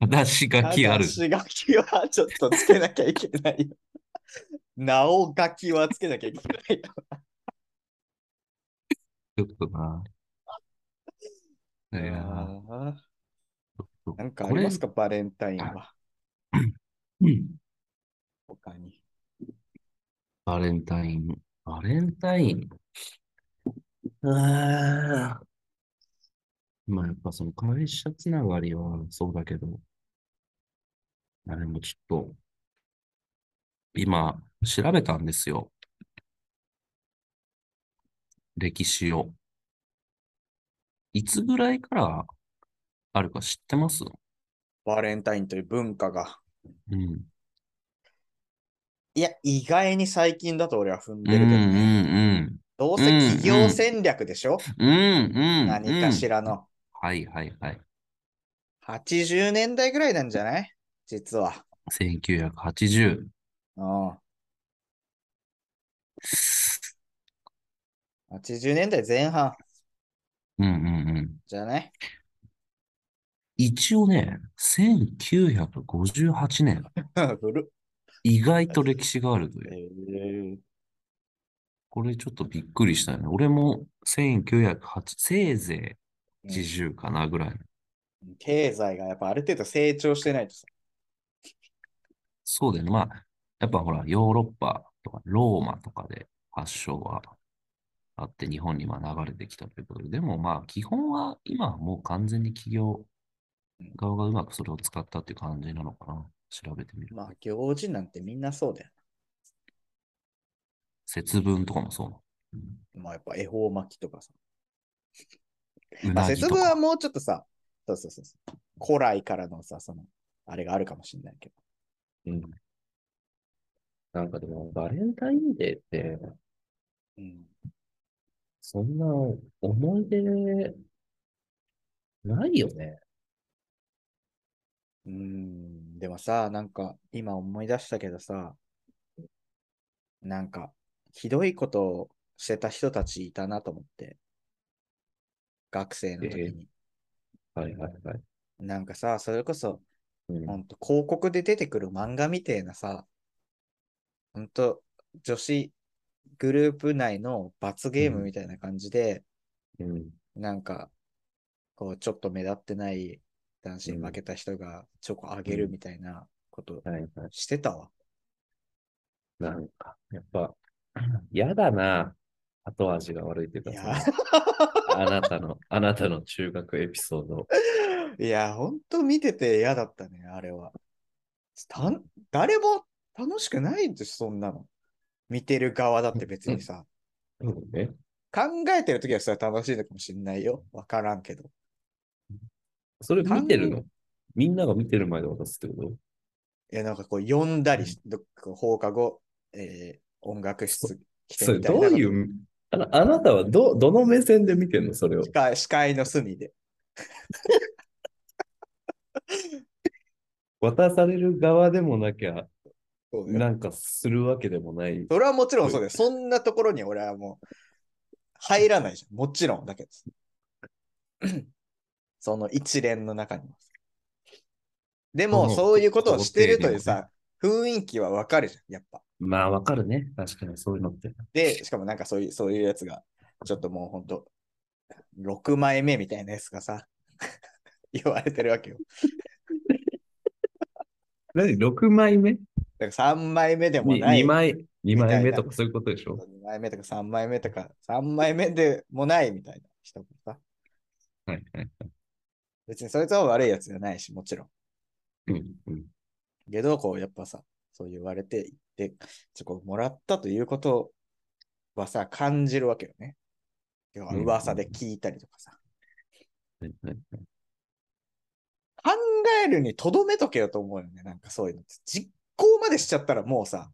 Speaker 4: 正し書きある。
Speaker 3: ただし書きはちょっとつけなきゃいけないよ。 *laughs* なお書きはつけなきゃいけないよ。
Speaker 4: ちょっとな。いやー
Speaker 3: あ
Speaker 4: そう
Speaker 3: ーなんかあ
Speaker 4: こ
Speaker 3: り
Speaker 4: れ
Speaker 3: ますか、バレンタインは。
Speaker 4: うん
Speaker 3: 他に。
Speaker 4: バレンタイン。バレンタイン。ああ。まあやっぱその会社つながりはそうだけど。あれもちょっと、今調べたんですよ。歴史を。いつぐらいからあるか知ってます
Speaker 3: バレンタインという文化が。
Speaker 4: うん。
Speaker 3: いや、意外に最近だと俺は踏ん
Speaker 4: う
Speaker 3: で
Speaker 4: んう
Speaker 3: るけ
Speaker 4: ん
Speaker 3: ど
Speaker 4: う
Speaker 3: ね。
Speaker 4: ん。
Speaker 3: どうせ企業戦略でしょ、
Speaker 4: うんうんうん。
Speaker 3: 何かしらの。
Speaker 4: はいはいはい。
Speaker 3: 80年代ぐらいなんじゃない実は。
Speaker 4: 1980。
Speaker 3: うん。80年代前半
Speaker 4: うんうんうん。
Speaker 3: じゃない
Speaker 4: 一応ね、1958年、
Speaker 3: *laughs* 古っ。
Speaker 4: 意外と歴史があると
Speaker 3: え
Speaker 4: いう。
Speaker 3: ー、
Speaker 4: これちょっとびっくりしたよね。俺も1908、せいぜい80かなぐらい。
Speaker 3: 経済がやっぱある程度成長してないとさ。
Speaker 4: そうだよね。まあ、やっぱほら、ヨーロッパとかローマとかで発祥はあって、日本にまあ流れてきたということで、でもまあ、基本は今はもう完全に企業側がうまくそれを使ったっていう感じなのかな。調べてみる。
Speaker 3: まあ行事なんてみんなそうだよ。
Speaker 4: 節分とかもそうなの。
Speaker 3: まあやっぱ恵方巻きとかさ。
Speaker 4: う
Speaker 3: まあ
Speaker 4: なぎ
Speaker 3: 節
Speaker 4: と
Speaker 3: 分
Speaker 4: か
Speaker 3: はもうちょっとさ、そうそうそうそう。古来からのさ、その、あれがあるかもしれないけど。
Speaker 4: うんなんかでも、バレンタインデーって、
Speaker 3: うん。
Speaker 4: そんな思い出ないよね。
Speaker 3: うーん、でもさ、なんか今思い出したけどさ、なんかひどいことをしてた人たちいたなと思って、学生の時
Speaker 4: ええ
Speaker 3: に。
Speaker 4: はいはいはい。
Speaker 3: なんかさ、それこそ、
Speaker 4: うん
Speaker 3: ほんと広告で出てくる漫画みてえなさ、ほんと女子グループ内の罰ゲームみたいな感じで、
Speaker 4: うん
Speaker 3: なんか、こう、ちょっと目立ってない男子に負けた人がチョコあげるみたいなこと
Speaker 4: はいはい。
Speaker 3: してたわ。
Speaker 4: なんか、やっぱ、嫌だな。後味が悪いというか
Speaker 3: いや
Speaker 4: そのあなたの、あなたの中学エピソード。
Speaker 3: *laughs* いや、ほんと見てて嫌だったね、あれは。たん誰も楽しくないです、そんなの。見てる側だって別にさ。
Speaker 4: そうね。
Speaker 3: 考えてる時はそれは楽しいのかもしれないよ。わからんけど。
Speaker 4: それ見てるのみんなが見てる前で渡すってこ
Speaker 3: いや、なんかこう、呼んだりし、どっか放課後、えー音楽室来
Speaker 4: と
Speaker 3: て
Speaker 4: それ
Speaker 3: みたい
Speaker 4: ど
Speaker 3: な。
Speaker 4: ういう、あなあなたはど、どの目線で見てんのそれを
Speaker 3: 視。界視界の隅で。
Speaker 4: 渡される側でもなきゃ、
Speaker 3: そうよ
Speaker 4: なんかするわけでもない。
Speaker 3: それはもちろんそうです。そんなところに俺はもう入らないじゃん。もちろんだけど。 *clears throat* その一連の中には。でも、
Speaker 4: その
Speaker 3: そういうことをしてるという
Speaker 4: こ
Speaker 3: さ、雰囲気はわかるじゃん、やっぱ。
Speaker 4: まあ、わかるね。確かにそういうのって。
Speaker 3: で、しかもなんかそういう、そういうやつが、ちょっともうほんと、6枚目みたいなやつがさ、 *laughs* 言われてるわけよ。
Speaker 4: 何 ?6 枚目
Speaker 3: だから3枚目でも
Speaker 4: に
Speaker 3: ない。
Speaker 4: ?2 枚、二
Speaker 3: みたいな
Speaker 4: 枚目とかそういうことでしょ
Speaker 3: 2枚目とか3枚目とか、3枚目でもないみたいな人もさ。
Speaker 4: はいはい。
Speaker 3: 別にそいつは悪いやつじゃないし、もちろん。
Speaker 4: うんうん。
Speaker 3: けど、こう、やっぱさ、そう言われて、で、チョコをもらったということはさ、感じるわけよね。要は
Speaker 4: うん
Speaker 3: 噂で聞いたりとかさ。
Speaker 4: はいはいはい
Speaker 3: 考えるにとどめとけよと思うよね。なんかそういうのって。実行までしちゃったらもうさ、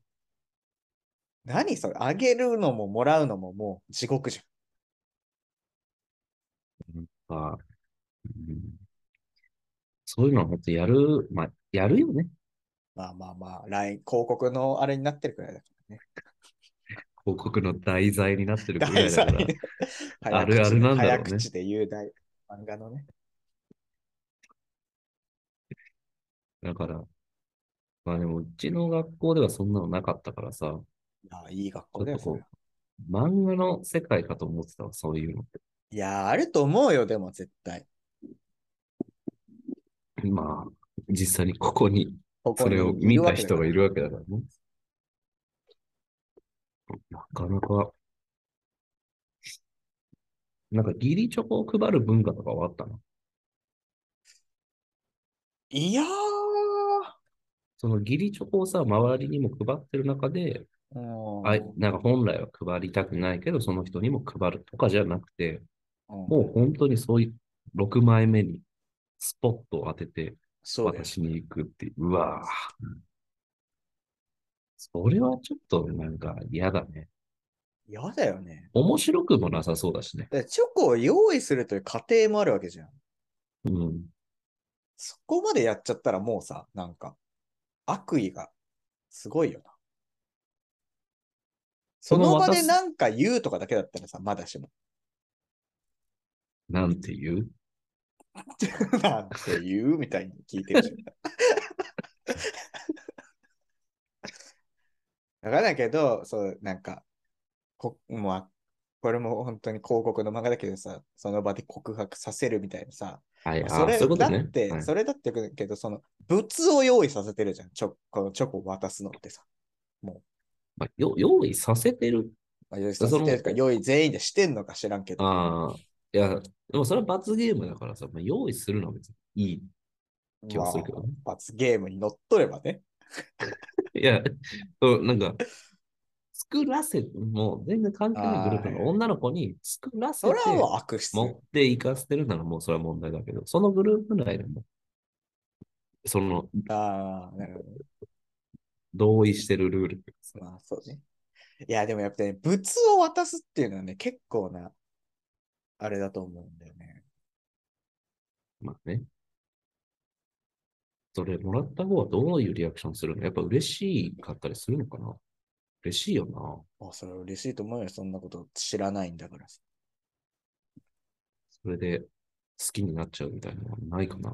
Speaker 3: 何それあげるのももらうのももう地獄じ
Speaker 4: か、うんそういうのは本当やる、まあ、やるよね。
Speaker 3: ゃん。まあまあまあ、来、広告のあれになってるくらいだからね。
Speaker 4: 広告の題材にな
Speaker 3: *laughs*
Speaker 4: ってるぐらい
Speaker 3: 題
Speaker 4: だ
Speaker 3: 材
Speaker 4: から。
Speaker 3: ね
Speaker 4: あるあるなんだろうね
Speaker 3: 早口で言う題漫画のね。
Speaker 4: だから、まあでも、うちの学校ではそんなのなかったからさ、
Speaker 3: ああ、いい学校だよ、
Speaker 4: ちょ
Speaker 3: そ
Speaker 4: っとこう
Speaker 3: れは。
Speaker 4: 漫画の世界かと思ってたわ、そういうのって。
Speaker 3: いやー、あると思うよ、でも絶対。
Speaker 4: まあ、実際にここに、
Speaker 3: ここ
Speaker 4: そ
Speaker 3: に
Speaker 4: れを
Speaker 3: い
Speaker 4: 見
Speaker 3: るわ
Speaker 4: た
Speaker 3: けだ
Speaker 4: 人
Speaker 3: か
Speaker 4: が
Speaker 3: ら
Speaker 4: いるわけだからね。なかなか、なんか義理チョコを配る文化とかはあったの
Speaker 3: いやー、
Speaker 4: その義理チョコをさ、周りにも配ってる中で、
Speaker 3: うん
Speaker 4: あい、なんか本来は配りたくないけど、その人にも配るとかじゃなくて、
Speaker 3: うん
Speaker 4: もう本当にそういう6枚目にスポットを当てて
Speaker 3: そうだよ。
Speaker 4: 私に行くっていう。うわぁ。それはちょっとなんか嫌だね。
Speaker 3: 嫌だよね。
Speaker 4: 面白くもなさそうだしね。
Speaker 3: だからチョコを用意するという過程もあるわけじゃん。
Speaker 4: うん。
Speaker 3: そこまでやっちゃったらもうさ、なんか、悪意がすごいよな。その場でなんか言うとかだけだったらさ、まだしも。
Speaker 4: なんて言う
Speaker 3: *laughs* なんて言うみたいに聞いて
Speaker 4: *laughs*
Speaker 3: るじゃん。だからだけど、そう、なんか、こもうあこれも本当に広告の漫画だけどさ、その場で告白させるみたいなさ、
Speaker 4: はい、あ
Speaker 3: そ
Speaker 4: ー
Speaker 3: れ
Speaker 4: そういうこと
Speaker 3: だ
Speaker 4: ね。
Speaker 3: って、
Speaker 4: はい
Speaker 3: それだってけど、その、物を用意させてるじゃん。チョこのチョコを渡すのってさ。
Speaker 4: まあよ用意させてる。
Speaker 3: まあ、用意させてる
Speaker 4: そ
Speaker 3: か、
Speaker 4: の
Speaker 3: 用意全員でしてんのか知らんけど。
Speaker 4: ああ。いや、でもそれは罰ゲームだからさ、まあ、用意するのは別にいい気はするけどね。
Speaker 3: まあ罰ゲームに乗っとればね。
Speaker 4: いや、そうなんか、作らせ、もう全然関係ないグループ
Speaker 3: あー
Speaker 4: の女の子に作らせ
Speaker 3: そ
Speaker 4: て
Speaker 3: れはもう悪質。
Speaker 4: 持っていかせてるならもうそれは問題だけど、そのグループ内でも、その
Speaker 3: ああ、なるほど。
Speaker 4: 同意してるルールっていうかさ
Speaker 3: まあそうね。いや、でもやっぱね、物を渡すっていうのはね、結構な、あれだと思うんだよね。
Speaker 4: まあね。それもらった方はどういうリアクションするのやっぱ嬉しかったりするのかな嬉しいよな。
Speaker 3: あ、それは嬉しいと思うよ。そんなこと知らないんだからさ。
Speaker 4: それで好きになっちゃうみたいなのはないかな。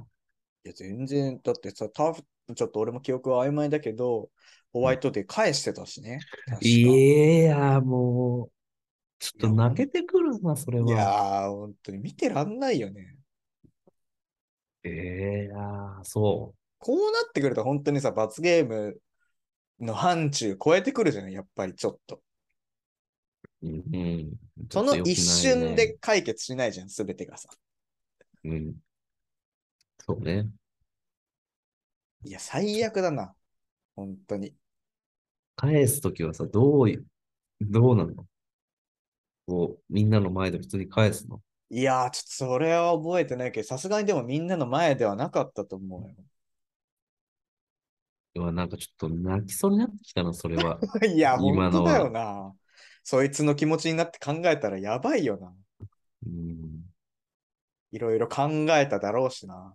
Speaker 3: いや、全然、だってさ、タフ、ちょっと俺も記憶は曖昧だけど、ホワイトデー返してたしね。確か
Speaker 4: いや、もう、ちょっと
Speaker 3: いや
Speaker 4: 泣けてくるな、それは。
Speaker 3: いやー、本当に見てらんないよね。
Speaker 4: ええああ、そ
Speaker 3: こうなってくると本当にさ、罰ゲームの範疇超えてくるじゃないやっぱりちょっと。
Speaker 4: う。うんうん。
Speaker 3: その一瞬
Speaker 4: ちょっ
Speaker 3: で解決しないじゃん、すべてがさ。
Speaker 4: と良くないね。うん。そうね。
Speaker 3: いや、最悪だな。本当に。
Speaker 4: 返すときはさ、どうい、どうなのこう、みんなの前で普通に返すの。
Speaker 3: いやー、ちょっとそれは覚えてないけど、さすがにでもみんなの前ではなかったと思うよ。 *laughs*
Speaker 4: うわ、なんかちょっと泣きそうになってきたな、それ
Speaker 3: *laughs*
Speaker 4: は。
Speaker 3: いや、
Speaker 4: 今の
Speaker 3: 本当
Speaker 4: は
Speaker 3: だよな。そいつの気持ちになって考えたらやばいよな。
Speaker 4: うん。
Speaker 3: いろいろ考えただろうしな。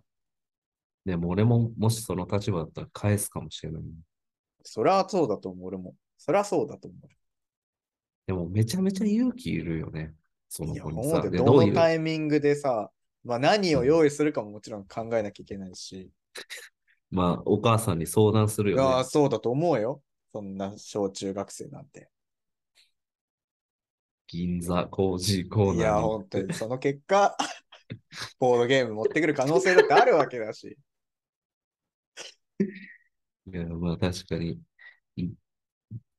Speaker 4: でも俺も、もしその立場だったら返すかもしれない。
Speaker 3: そりゃそうだと思う、俺も。そりゃそうだと思。
Speaker 4: でも、めちゃめちゃ勇気いるよね。そうの
Speaker 3: いや、
Speaker 4: 子
Speaker 3: ほ
Speaker 4: に
Speaker 3: ん
Speaker 4: さ。
Speaker 3: と
Speaker 4: で、
Speaker 3: ど
Speaker 4: うい
Speaker 3: のタイミングでさ、まあ、何を用意するかももちろん考えなきゃいけないし。
Speaker 4: まあ、お母さんに相談する
Speaker 3: い
Speaker 4: よね。
Speaker 3: や、そうだと思うよ。そんな小中学生なんて。
Speaker 4: 銀座、コージーコーナー
Speaker 3: い
Speaker 4: に
Speaker 3: や、
Speaker 4: 行
Speaker 3: 本
Speaker 4: っ
Speaker 3: 当
Speaker 4: て
Speaker 3: にその結果、 *laughs* ボードゲーム持ってくる可能性だってあるわけだし。 *laughs*
Speaker 4: いや、まあ確かに。い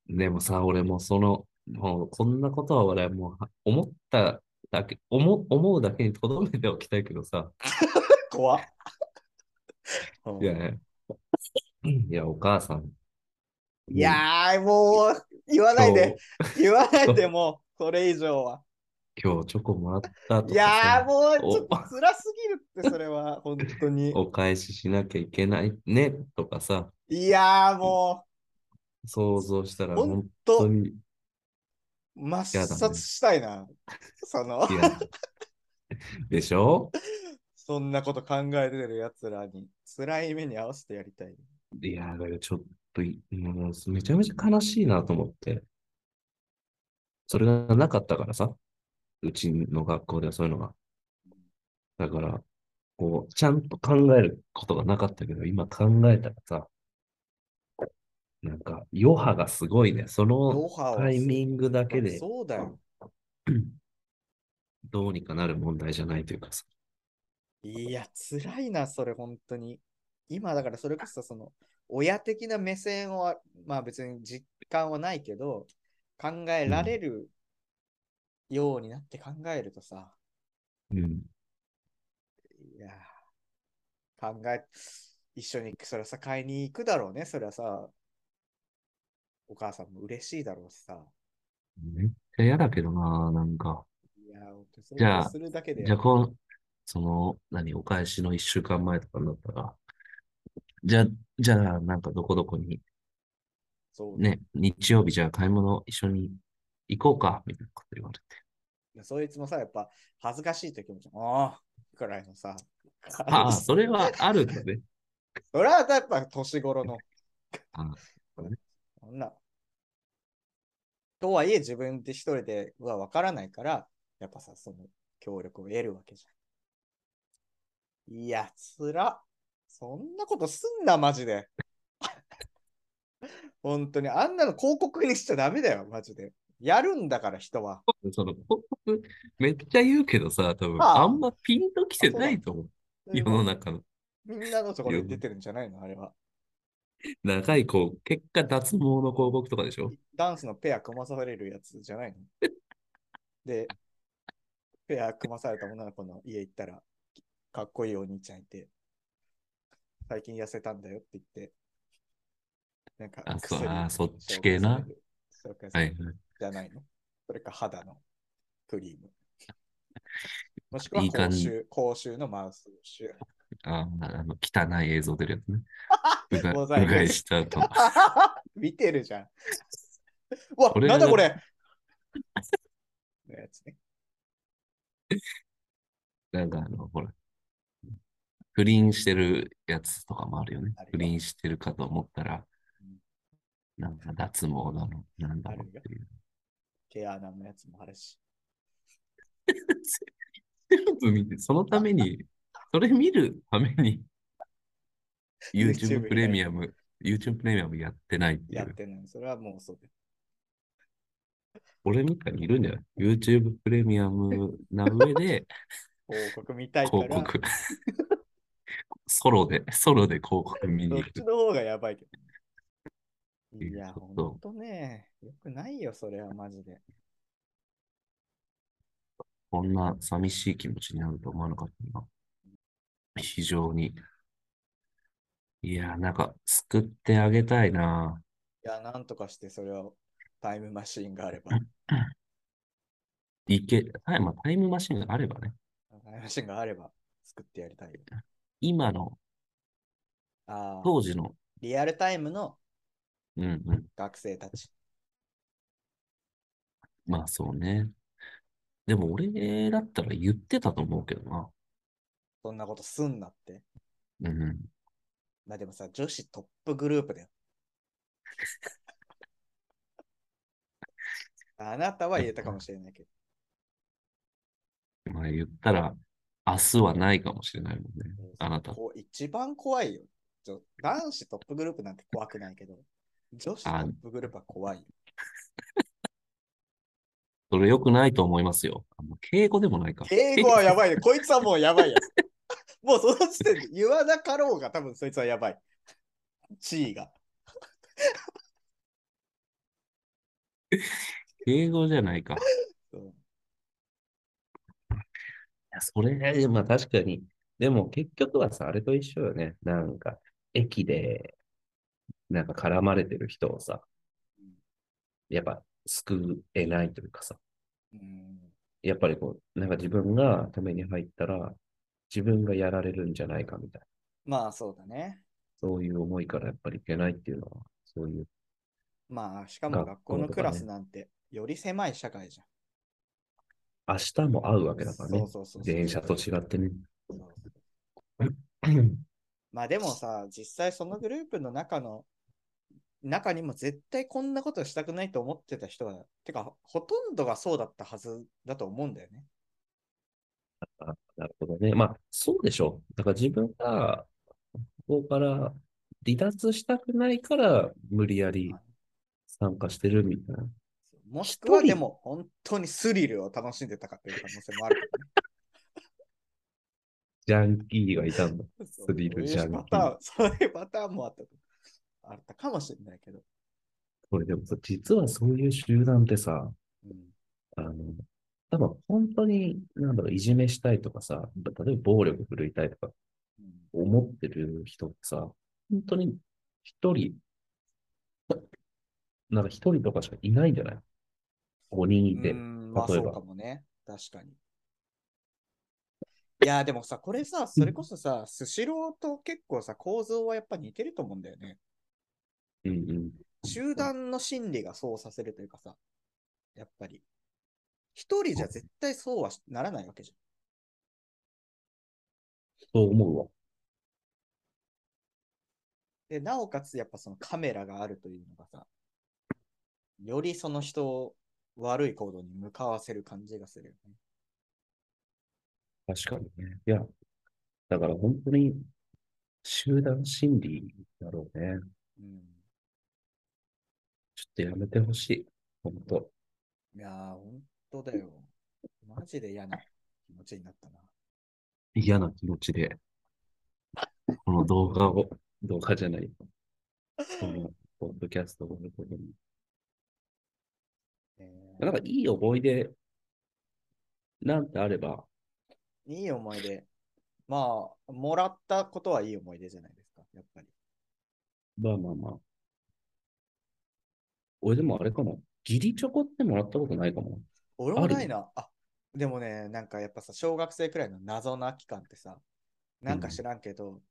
Speaker 4: でもさ、俺もその、もうこんなことは俺はもうは思っただけ、思う、思うだけにとどめておきたいけどさ、
Speaker 3: 怖っ。うん
Speaker 4: いや、いや、お母さん。
Speaker 3: いやー、もう言わないで、言わない
Speaker 4: そ
Speaker 3: でもう、それ以上は。
Speaker 4: 今日チョコもらったとかさ
Speaker 3: いやー、もう、ちょっ
Speaker 4: お
Speaker 3: と辛すぎるって、それは、本当に。
Speaker 4: お返ししなきゃいけないねとかさ、
Speaker 3: いやー、も
Speaker 4: 想像した
Speaker 3: う、
Speaker 4: ら
Speaker 3: 本
Speaker 4: 本当
Speaker 3: 当、
Speaker 4: に
Speaker 3: 抹
Speaker 4: やだね
Speaker 3: 殺したいな。その、
Speaker 4: 嫌だ。でしょ
Speaker 3: そんなこと考えてるやつらに、辛い目に合わせてやりたい。
Speaker 4: いや、だからちょっとい、もうめちゃめちゃ悲しいなと思って。それがなかったからさ、うちの学校ではそういうのが。だから、こう、ちゃんと考えることがなかったけど、今考えたらさ、なんか余波がすごいね。その
Speaker 3: ドハは
Speaker 4: タイミングだけで
Speaker 3: そうだよ。
Speaker 4: どうにかなる問題じゃないというかさ。
Speaker 3: いや、辛いな、それ、本当に。今、だから、それこそ、その、親的な目線は、まあ別に実感はないけど、考えられるようになって考えるとさ、
Speaker 4: うん。
Speaker 3: いやー、考え、一緒に、それはさ、買いに行くだろうね、それはさ、お母さんも嬉しいだろうしさ。
Speaker 4: めっちゃ嫌だけどな、なんか。
Speaker 3: いやー、本当に
Speaker 4: じゃあ
Speaker 3: 想像するだけで
Speaker 4: じゃあ、こう、その、何、お返しの一週間前とかになったら、じゃあ、じゃあ、なんかどこどこに、
Speaker 3: そう、
Speaker 4: ね、日曜日じゃあ買い物一緒に行こうか、みたいなこと言われて。
Speaker 3: そいつもさ、やっぱ、恥ずかしい時も、ああ、くらいのさ、
Speaker 4: ああ、それはあるんだね。 *laughs*
Speaker 3: それはやっぱ年頃の。
Speaker 4: あ
Speaker 3: そんな。とはいえ自分で一人では分からないから、やっぱさ、その協力を得るわけじゃん。いや、つら。そんなことすんな、マジで。 *laughs* 本当に、あんなの広告にしちゃダメだよ、マジで。やるんだから、人は。
Speaker 4: その、広告、めっちゃ言うけどさ、多分、
Speaker 3: ああ
Speaker 4: あんまピンときてないと思う。世の中の。
Speaker 3: みんなのところに出てるんじゃないの、あれは。
Speaker 4: 長い、こう、結果脱毛の広告とかでしょ
Speaker 3: ダンスのペア組まされるやつじゃないの。で、ペア組まされた女の子の家行ったら、かっこいいお兄ちゃんいて、最近痩せたんだよって言って、なんか
Speaker 4: あそう
Speaker 3: 薬
Speaker 4: あーそっち系な。
Speaker 3: 紹介さ
Speaker 4: は
Speaker 3: れ
Speaker 4: い
Speaker 3: る
Speaker 4: は
Speaker 3: じゃないの。それか肌のク
Speaker 4: *laughs*。
Speaker 3: リーム。もしくはい
Speaker 4: いい
Speaker 3: 口
Speaker 4: 感じ。
Speaker 3: 臭、口臭のマウスウォッ
Speaker 4: *laughs*
Speaker 3: シュ。
Speaker 4: ああ、あの、汚い映像出るや *laughs* つね。うが、
Speaker 3: モ
Speaker 4: う
Speaker 3: ザイク
Speaker 4: がいした後。
Speaker 3: 見てるじゃん。うわ、
Speaker 4: これ
Speaker 3: な
Speaker 4: が
Speaker 3: んだこ
Speaker 4: *laughs*
Speaker 3: れのやつね。
Speaker 4: なんかあの、ほら、不倫してるやつとかもあるよね
Speaker 3: あるよ。
Speaker 4: 不倫してるかと思ったら
Speaker 3: うん、
Speaker 4: なんか脱毛だの、なんだろうっていう。
Speaker 3: 毛穴のやつもあるし。
Speaker 4: 全部見て、そのために、それ見るために、
Speaker 3: *laughs* YouTube
Speaker 4: YouTube プレミアム、YouTube プレミアムやってないってい
Speaker 3: やっ
Speaker 4: う。
Speaker 3: てない。それはもうそうで。
Speaker 4: 俺みたいにいるんじゃない ?YouTube プレミアムな上で、
Speaker 3: 広告見たいか
Speaker 4: 広
Speaker 3: ら、
Speaker 4: 告。 *laughs* ソロで、ソロで広告見
Speaker 3: そ
Speaker 4: に
Speaker 3: っ
Speaker 4: 行
Speaker 3: ち
Speaker 4: く。
Speaker 3: の方がやばいけど。
Speaker 4: い
Speaker 3: い
Speaker 4: や
Speaker 3: や、
Speaker 4: ちょ
Speaker 3: ほ
Speaker 4: っと
Speaker 3: んとね。よくないよ、それはマジで。
Speaker 4: こんな寂しい気持ちになると思わなかったな。非常に。いやー、なんか、救ってあげたいな。
Speaker 3: いや、なんとかしてそれをタイムマシーンが
Speaker 4: *laughs*
Speaker 3: あれば。
Speaker 4: いけ、タイまあタイムマシンがあればね、
Speaker 3: タイムマシーンがあれば作ってやりたいよ。
Speaker 4: 今の、
Speaker 3: ああ、
Speaker 4: 当時の、
Speaker 3: リアルタイムの
Speaker 4: うんうん、
Speaker 3: 学生たち。
Speaker 4: まあそうね。でも俺だったら言ってたと思うけどな。
Speaker 3: そんなことすんなって。
Speaker 4: うん。
Speaker 3: まあでもさ、女子トップグルー
Speaker 4: *laughs*
Speaker 3: プだよ。あなたは言えたかもしれないけど。
Speaker 4: まあ言ったら、明日はないかもしれないもんね。あなた。
Speaker 3: こう一番怖いよ。ちょ男子トップグループなんて怖くないけど、女子トップグループは怖いよ。
Speaker 4: それ良くないと思いますよ。あまあ敬語でもないか。
Speaker 3: 英語はや
Speaker 4: *laughs*
Speaker 3: ばいね。こいつはもうやばいやつ。もうその時点で言わなかろうが多分そいつはやばい。地位が。
Speaker 4: 敬語じゃないか。い
Speaker 3: そう
Speaker 4: やそれ、まあ確かに。でも結局はさ、あれと一緒よね。なんか、駅で、なんか絡まれてる人をさ、やっぱ救えないというかさ、
Speaker 3: うん。
Speaker 4: やっぱりこう、なんか自分がために入ったら、自分がやられるんじゃないかみたいな、
Speaker 3: まあそうだね。
Speaker 4: そういう思いからやっぱりいけないっていうのは、そういう、
Speaker 3: まあしかも学
Speaker 4: 学
Speaker 3: 校
Speaker 4: 校
Speaker 3: の
Speaker 4: と
Speaker 3: ク
Speaker 4: かね
Speaker 3: ラスなんてより狭い社会じゃん。
Speaker 4: 明日も会うわけだからね
Speaker 3: そう。そうそうそう
Speaker 4: 電車と違って
Speaker 3: *clears throat*
Speaker 4: ね。
Speaker 3: そうまあでもさ、実際そのグループの中の中にも絶対こんなことしたくないと思ってた人は、てかほとんどがそうだったはずだと思うんだよね。
Speaker 4: あなるほどね。まあ、そうでしょう。だから自分が、ここから離脱したくないから、無理やり参加してるみたいな。
Speaker 3: もしくは
Speaker 4: 一人
Speaker 3: でも本当にスリルを楽しんでたかっていう可能性もあるけどね。
Speaker 4: ジャンキーがいたんだ。
Speaker 3: ス
Speaker 4: *laughs* リルじゃん
Speaker 3: パターン、そういうパターンもあったあったかもしれないけど。
Speaker 4: これでもさ、実はそういう集団ってさ、
Speaker 3: うん、
Speaker 4: あの、多分本当に、なんだろう、いじめしたいとかさ、例えば暴力振るいたいとか
Speaker 3: うん
Speaker 4: 思ってる人ってさ、本当に一人、なんか一人とかしかいないんじゃない ?5 人いて。
Speaker 3: うーんまあ
Speaker 4: 例え
Speaker 3: そ
Speaker 4: ば
Speaker 3: うかもね。確かに。いや、でもさ、これさ、それこそさ、スシローと結構さ、構造はやっぱ似てると思うんだよね。
Speaker 4: うんうん。
Speaker 3: 集団の心理がそうさせるというかさ、やっぱり。一人じゃ絶対そうはならないわけじ
Speaker 4: そう思うわ。
Speaker 3: ゃん。で、なおかつやっぱそのカメラがあるというのがさ、よりその人を悪い行動に向かわせる感じがするよね。
Speaker 4: 確かにね。いや、だから本当に集団心理だろうね。
Speaker 3: うん
Speaker 4: ちょっとやめてほしい。本当。
Speaker 3: いやー、本当だよ。マジで嫌な気持ちになったな。
Speaker 4: 嫌な気持ちで、この動画を、動画じゃない、このポッドキャストを見ることに。
Speaker 3: え
Speaker 4: なんかいい思い出なんてあれば、
Speaker 3: ーいい思い出。まあ、もらったことはいい思い出じゃないですか、やっぱり。
Speaker 4: まあまあまあ。俺でもあれかも。義理チョコってもらったことないかも。
Speaker 3: 俺も
Speaker 4: ある
Speaker 3: ないな。あでもね、なんかやっぱさ、小学生くらいの謎な期間ってさ、なんか知らんけど、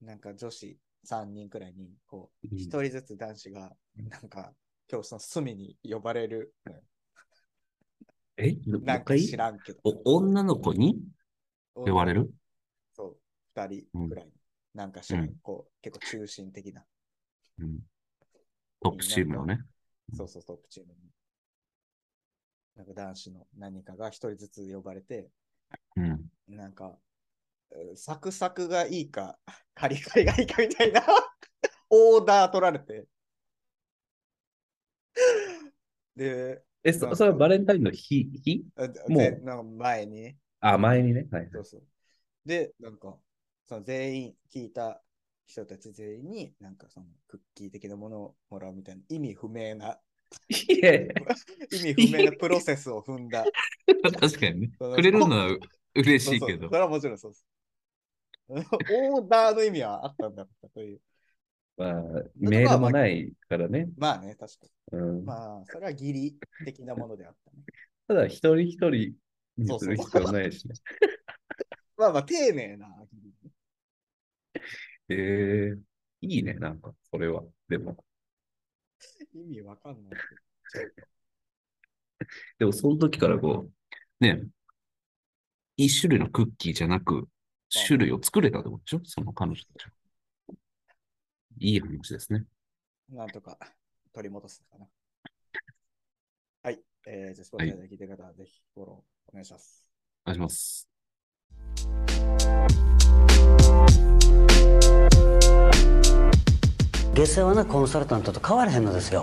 Speaker 3: なんか女子3人くらいに、こう、
Speaker 4: うん
Speaker 3: 一人ずつ男子が、なんか、教室の隅に呼ばれるのよ。
Speaker 4: え
Speaker 3: な
Speaker 4: なん
Speaker 3: か知らんけど。
Speaker 4: お女の子に呼ばれる
Speaker 3: そう、二人くらい、なんか知らん、こう、結構中心的な。
Speaker 4: うんトップチームのね。
Speaker 3: そうそう、トップチームに。なんか男子の何かが一人ずつ呼ばれて、
Speaker 4: うん。
Speaker 3: なんか、えーサクサクがいいか、 *laughs* カリカリがいいかみたいな *laughs* オーダー取られて。 *laughs* で、
Speaker 4: え、
Speaker 3: なん
Speaker 4: そ、
Speaker 3: か
Speaker 4: それはバレンタインの日、日
Speaker 3: あ
Speaker 4: もう
Speaker 3: でなんか前に、
Speaker 4: あ、前にね。はい。
Speaker 3: そうそう。で、なんか、その全員聞いた人たち全員に、なんかそのクッキー的なものをもらうみたいな意味不明
Speaker 4: *laughs*
Speaker 3: な、
Speaker 4: いやい
Speaker 3: 意味不明なプロセスを踏んだ。
Speaker 4: や *laughs* 確かにね。
Speaker 3: その
Speaker 4: くれるのは嬉
Speaker 3: そ
Speaker 4: し
Speaker 3: う
Speaker 4: い
Speaker 3: そう
Speaker 4: けど
Speaker 3: そ。れはもちろんそうです。 *laughs* オーダーの意味はあったんだったという。
Speaker 4: まあ、メールもないからね。
Speaker 3: まあね、確か
Speaker 4: うん
Speaker 3: に。まあ、それは義理的なものであったね。
Speaker 4: ただ、一人一人にする必要ないしね。
Speaker 3: *laughs* まあまあ、丁寧な義理ね。
Speaker 4: ええいいね、なんか、それは。でも、
Speaker 3: 意味わかんないけど。
Speaker 4: でも、その時からこう、ね、一種類のクッキーじゃなく、種類を作れたってことでしょその彼女たちは。いい話ですね。
Speaker 3: なんとか取り戻すかな。はい。えー、じゃあ、スポーツで聞いてる方はぜひフォローお願いします。
Speaker 4: お願いします。
Speaker 1: 下世話なコンサルタントと変わらへんのですよ